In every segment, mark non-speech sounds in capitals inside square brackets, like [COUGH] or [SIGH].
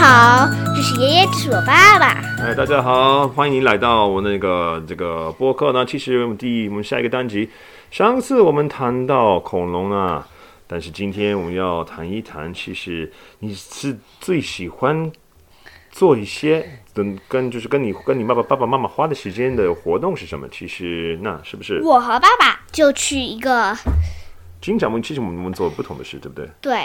好，这是爷爷，这是我爸爸。哎，大家好，欢迎来到我那个这个播客呢。其实我们第一，我们下一个单集，上次我们谈到恐龙啊，但是今天我们要谈一谈，其实你是最喜欢做一些跟跟就是跟你跟你爸爸爸爸妈妈花的时间的活动是什么？其实那是不是？我和爸爸就去一个经常我们其实我们我们做不同的事，对不对？对。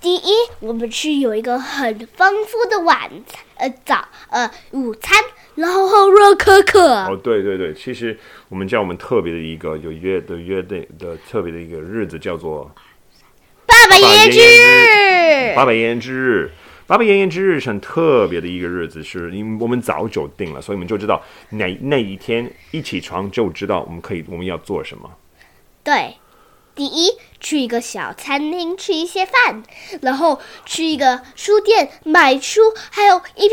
第一，我们吃有一个很丰富的晚餐，呃早呃午餐，然后热可可。哦，对对对，其实我们叫我们特别的一个有约的约定的特别的一个日子叫做爸爸爷爷之日日，八百爷爷之日。八百爷爷之日是很特别的一个日子，是因为我们早就定了，所以我们就知道哪那一天一起床就知道我们可以我们要做什么。对，第一去一个小餐厅吃一些饭，然后去一个书店买书，还有一边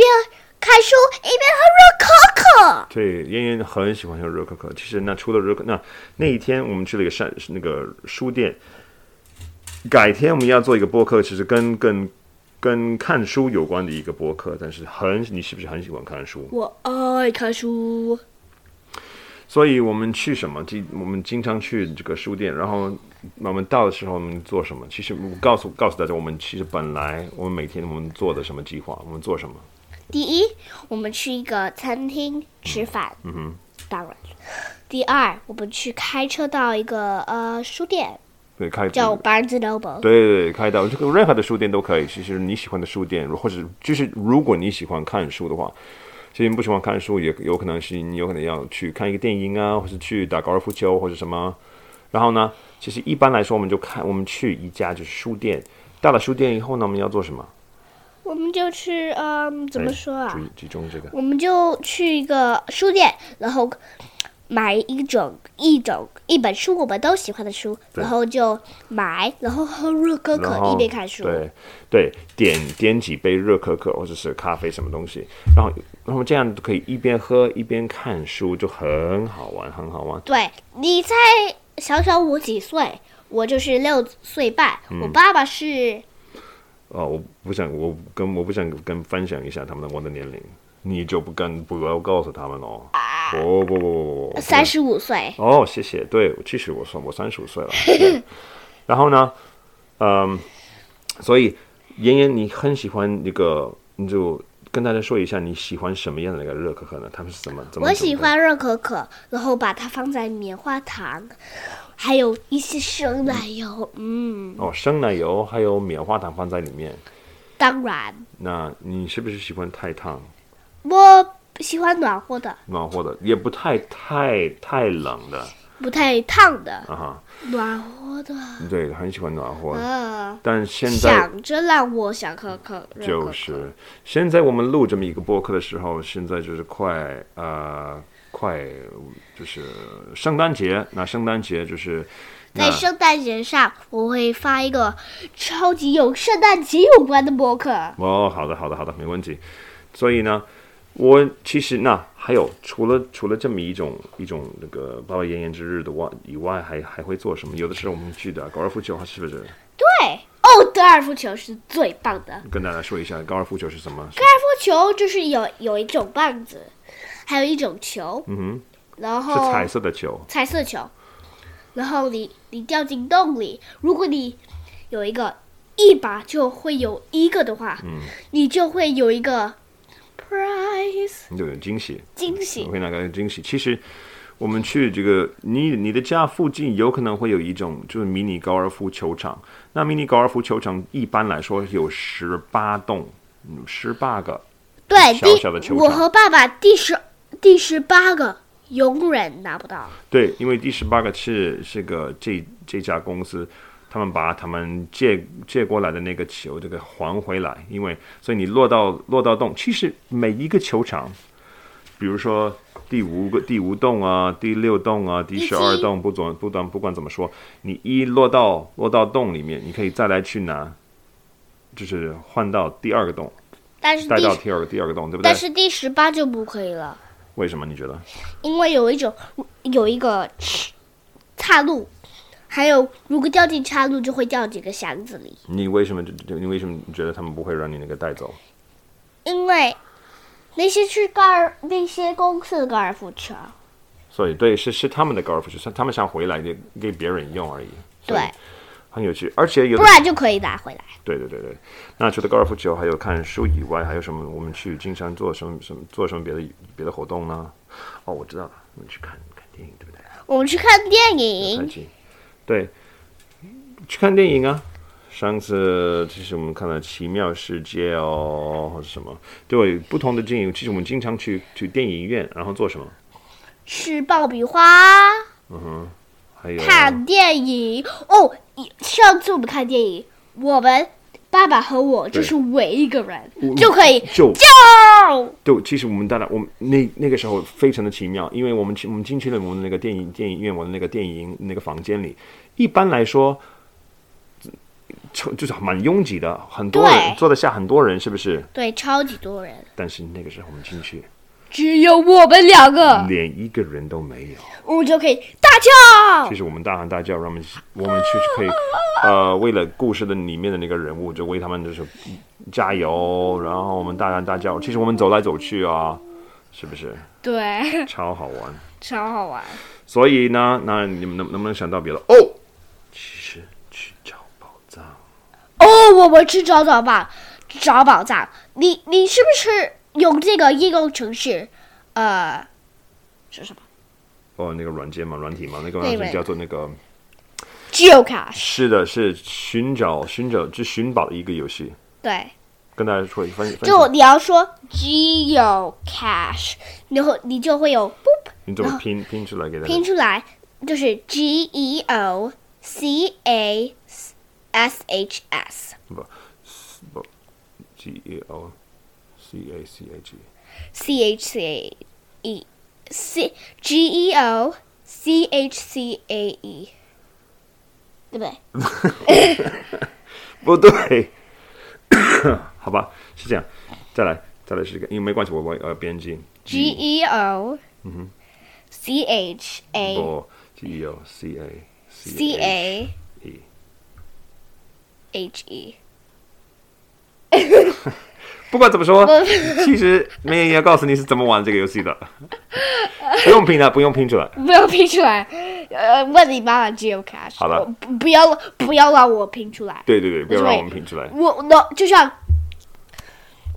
看书一边喝热可可。对，妍妍很喜欢喝热可可。其实那除了热可，那那一天我们去了一个山那个书店。改天我们要做一个播客，其实跟跟跟看书有关的一个播客，但是很你是不是很喜欢看书？我爱看书，所以我们去什么？经我们经常去这个书店，然后我们到的时候我们做什么？其实我告诉告诉大家，我们其实本来我们每天我们做的什么计划，我们做什么？第一，我们去一个餐厅吃饭，嗯哼，当然。第二，我们去开车到一个呃书店，对，开叫 Barnes Noble。对对对，开到这个任何的书店都可以，其实你喜欢的书店，或者就是如果你喜欢看书的话，其实你不喜欢看书也有可能是你有可能要去看一个电影啊，或是去打高尔夫球或者什么。然后呢，其实一般来说我们就看我们去一家就是书店，到了书店以后呢，我们要做什么？我们就去，嗯，怎么说啊哎注？意集中这个。我们就去一个书店，然后买一种一种一本书我们都喜欢的书，然后就买，然后喝热可然可，后一边看书。对对，点点几杯热可可或者是咖啡什么东西，然后然后这样可以一边喝一边看书，就很好玩，很好玩。对，你猜小小我几岁？我就是六岁半，嗯我爸爸是哦，我不想，我跟我不想跟分享一下他们的我的年龄，你就不跟不要告诉他们哦。不不不不不，啊三十五岁。哦，谢谢。对，其实我算我三十五岁了。 [LAUGHS] 对然后呢，嗯，所以妍妍，你很喜欢那个，你就跟大家说一下你喜欢什么样的那个热可可呢？他们是怎么怎么？我喜。欢热可可，然后把它放在棉花糖，还有一些生奶油。嗯，哦，生奶油还有棉花糖放在里面。当然，那你是不是喜欢太烫、我喜欢暖和的，暖和的，也不太太太冷的不太烫的，啊哈？暖和的。对，很喜欢暖和。呃，但现在想着让我想可可，热可就可是现在我们录这么一个播客的时候，现在就是快呃快就是圣诞节，那圣诞节就是那在圣诞节上，我会发一个超级有圣诞节有关的博客。哦，好的好的好的，没问题。所以呢，我其实那还有除了除了这么一种一种那个爸爸炎炎之日的外以外，还还会做什么？有的时候我们去打高尔夫球，是不是？对，哦，高尔夫球是最棒的。跟大家说一下，高尔夫球是什么？高尔夫球就是有有一种棒子，还有一种球，嗯然哼，是后彩色的球。彩色球，然后你你掉进洞里，如果你有一个一把就会有一个的话，嗯你就会有一个 prize 你就有惊喜，惊喜我会拿个惊喜。其实我们去这个你你的家附近有可能会有一种就是迷你高尔夫球场。那迷你高尔夫球场一般来说有十八栋，嗯十八个。对，小第小的球我场和爸爸第十第十八个永远拿不到。对，因为第十八个是是个这这家公司，他们把他们借借过来的那个球这个还回来，因为所以你落到落到洞，其实每一个球场，比如说第五个第五洞啊、第六洞啊、第以及十二洞，不准不管不管怎么说，你一落到落到洞里面，你可以再来去拿，就是换到第二个洞，但是带到第第二个第二个洞，对不对但？是第十八就不可以了，为什么你觉得？因为有一种有一个岔路，还有如果掉进岔路就会掉进个箱子里，你为什么你为什么觉得他们不会让你那个带走？因为那些是高尔那些公司的高尔夫球，所以对，是是他们的高尔夫球，是他们想回来给给别人用而已。所以对，很有趣，而且有不的然就可以拿回来。对对对对。那除了高尔夫球，还有看书以外，还有什么？我们去经常做什么什么做什么别的别的活动呢？哦，我知道了，我们去看看电影，对不对？我们去看电太影，极，对，去看电影啊。上次其实我们看了《奇妙世界》哦，或者什么，对，不同的电影，其实我们经常去去电影院，然后做什么？吃爆米花，还有看电影。哦，上次我们看电影，我们爸爸和我就是唯一一个人就可以就就对，其实我们大家，我们那那个时候非常的奇妙，因为我们去我们进去了我们那个电影电影院，我的那个电影那个房间里，一般来说，就就是蛮拥挤的，很多人对坐得下很多人，是不是？对，超级多人，但是那个时候我们进去，只有我们两个，连一个人都没有。我们就可以大叫就。是我们大喊大叫，让我们我们去可以，呃，为了故事的里面的那个人物，就为他们就是加油，然后我们大喊大叫。其实我们走来走去啊，是不是对， [LAUGHS] 超好玩？超好玩。所以呢，那你们能能不能想到别的？哦，其实去找宝藏，哦，我们去找找吧，找宝藏。你你是不是用这个应用程式？呃，是什么哦，那个软件嘛，软体嘛，那个对软件对叫做那个， ？Geocache。是的，是寻找寻找就寻宝的一个游戏。对，跟大家说分分就享，你要说 Geocache，然后你就会有 boop 你怎么拼拼出来给大家拼？出来，就是 G E O C A S H S 不不，G E O C A C A G。 C H C A E C G E O C H C A E，对不对？不对， [COUGHS] 好吧，是这样，再来，再来是这个，因为没关系，我我呃编辑 G E O C H A 不 G E O C A C A E， H E，不管怎么 [LAUGHS] 说，其实没人要告诉你是怎么玩这个游戏的， [LAUGHS] 不用拼了，不用拼出来，不要拼出来。呃，问你妈妈 Geocache。好了我不不要不要让我拼出来。对对对，不要对让我们拼出来，我那就像，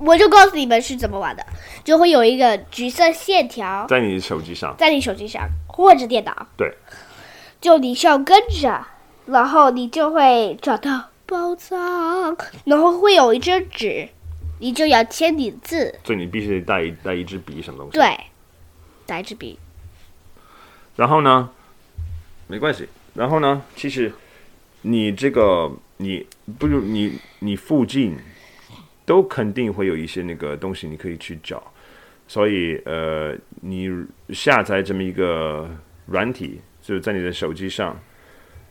我就告诉你们是怎么玩的，就会有一个橘色线条在你手机上，在你手机上或者电脑，对，就你需要跟着，然后你就会找到宝藏，然后会有一张纸，你就要签你的字。所以你必须带一带一支笔什么东西，，对，打一支笔。然后呢，没关系，然后呢，其实你这个你不如你你附近都肯定会有一些那个东西你可以去找，所以呃，你下载这么一个软体，就是在你的手机上，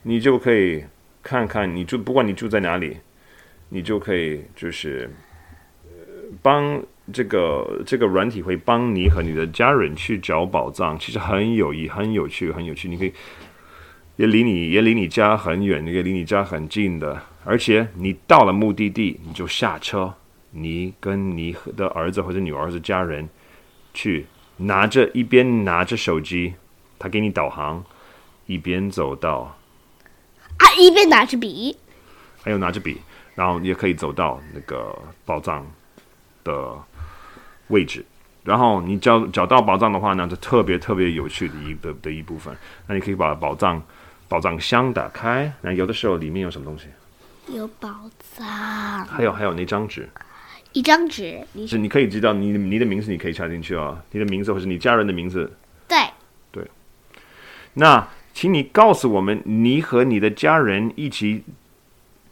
你就可以看看你住，不管你住在哪里，你就可以就是呃帮这个这个软体会帮你和你的家人去找宝藏，其实很有意、很有趣、很有趣。你可以也离你也离你家很远，也离你家很近的，而且你到了目的地你就下车，你跟你的儿子或者女儿的家人去拿着一边拿着手机，他给你导航，一边走到。啊，一边拿着笔，还有拿着笔，然后也可以走到那个宝藏的位置。然后你找找到宝藏的话呢，就特别特别有趣的一的的一部分。那你可以把宝藏宝藏箱打开，那有的时候里面有什么东西，有宝藏，还有还有那张纸，一张纸，你是你可以知道你你的名字，你可以插进去哦，你的名字或是你家人的名字。对那请你告诉我们，你和你的家人一起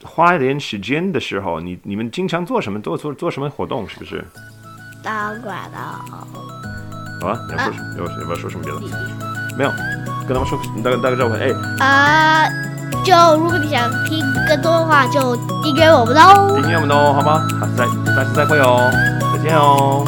花一点时间的时候，你你们经常做什么，做做做什么活动，是不是？当然了，好吧，你要说什么？要要不要说什么别嗯的？没有，跟他们说，你打个打个招呼。哎，啊、就如果你想听更多的话，就订阅我们喽。订阅我们的哦，好吗？好，再再次再会哦，再见哦。